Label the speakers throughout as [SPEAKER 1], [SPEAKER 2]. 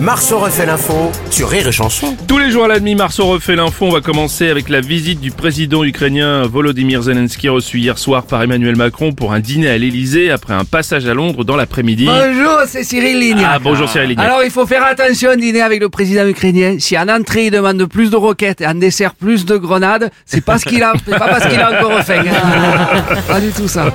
[SPEAKER 1] Marceau refait l'info sur Rire et Chanson.
[SPEAKER 2] Tous les jours à la demi, Marceau refait l'info. On va commencer avec la visite du président ukrainien Volodymyr Zelensky reçu hier soir par Emmanuel Macron pour un dîner à l'Elysée après un passage à Londres dans l'après-midi.
[SPEAKER 3] Bonjour, c'est Cyril Lignac.
[SPEAKER 2] Ah, bonjour, Cyril Lignac.
[SPEAKER 3] Alors, il faut faire attention dîner avec le président ukrainien. Si en entrée, il demande plus de roquettes et en dessert, plus de grenades, c'est pas ce qu'il a, c'est pas parce qu'il a encore fait. pas du tout ça.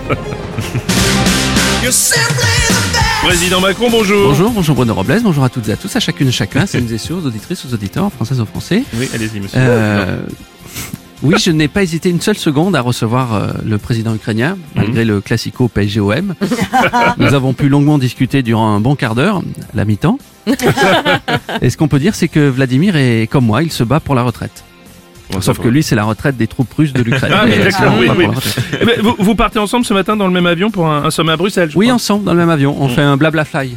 [SPEAKER 2] Président Macron, bonjour.
[SPEAKER 4] Bonjour, bonjour Bruno Robles, bonjour à toutes et à tous, à chacune et chacun, celles et ceux, aux auditrices, aux auditeurs, françaises, aux français.
[SPEAKER 2] Oui, allez-y, monsieur.
[SPEAKER 4] Euh, oui, je n'ai pas hésité une seule seconde à recevoir euh, le président ukrainien, malgré le classico PSGOM. Nous avons pu longuement discuter durant un bon quart d'heure, à la mi-temps. Et ce qu'on peut dire, c'est que Vladimir est comme moi, il se bat pour la retraite.
[SPEAKER 2] Bon,
[SPEAKER 4] Sauf
[SPEAKER 2] ça
[SPEAKER 4] que
[SPEAKER 2] va.
[SPEAKER 4] lui, c'est la retraite des troupes russes de l'Ukraine.
[SPEAKER 2] Ah oui,
[SPEAKER 4] Et
[SPEAKER 2] d'accord,
[SPEAKER 4] sinon,
[SPEAKER 2] oui,
[SPEAKER 4] pas pour
[SPEAKER 2] oui.
[SPEAKER 4] la retraite.
[SPEAKER 2] Eh ben, vous, vous partez ensemble ce matin dans le même avion pour un, un sommet à Bruxelles, je
[SPEAKER 4] Oui,
[SPEAKER 2] crois.
[SPEAKER 4] ensemble, dans le même avion, on
[SPEAKER 2] Mm.
[SPEAKER 4] fait un blabla fly.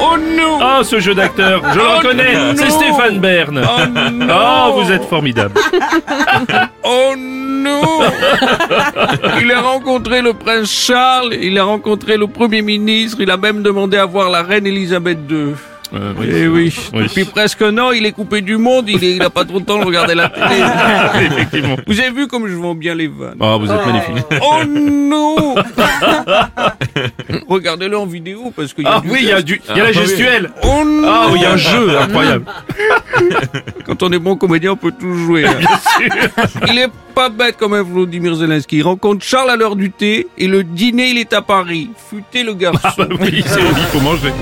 [SPEAKER 2] Oh non Ah, ce jeu d'acteur, je le reconnais, c'est Stéphane Bern. Oh, vous êtes formidable.
[SPEAKER 5] Oh non Il a rencontré le prince Charles, il a rencontré le Premier ministre, il a même demandé à voir la reine Elisabeth II.
[SPEAKER 2] Euh, oui.
[SPEAKER 5] Eh oui,
[SPEAKER 2] Oui.
[SPEAKER 5] depuis presque un an, il est coupé du monde, il est- il a pas trop de temps de regarder la télé.
[SPEAKER 2] Effectivement.
[SPEAKER 5] Vous avez vu comme je vends bien les vannes
[SPEAKER 2] Oh, vous êtes magnifique.
[SPEAKER 5] Oh non Regardez-le en vidéo parce qu'il y a
[SPEAKER 2] Ah
[SPEAKER 5] du
[SPEAKER 2] oui, il y a
[SPEAKER 5] geste.
[SPEAKER 2] du, il y a la gestuelle.
[SPEAKER 5] Oh non
[SPEAKER 2] Ah oui, il y a un jeu incroyable.
[SPEAKER 5] Quand on est bon comédien, on peut tout jouer. hein. il est pas bête quand même, Vladimir Zelensky. Il rencontre
[SPEAKER 2] Ah
[SPEAKER 5] Charles à l'heure du thé et le dîner, il est à Paris. Futez le garçon.
[SPEAKER 2] bah Oui, c'est- il faut manger.